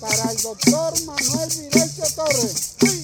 doctor Manuel Virecio Torres.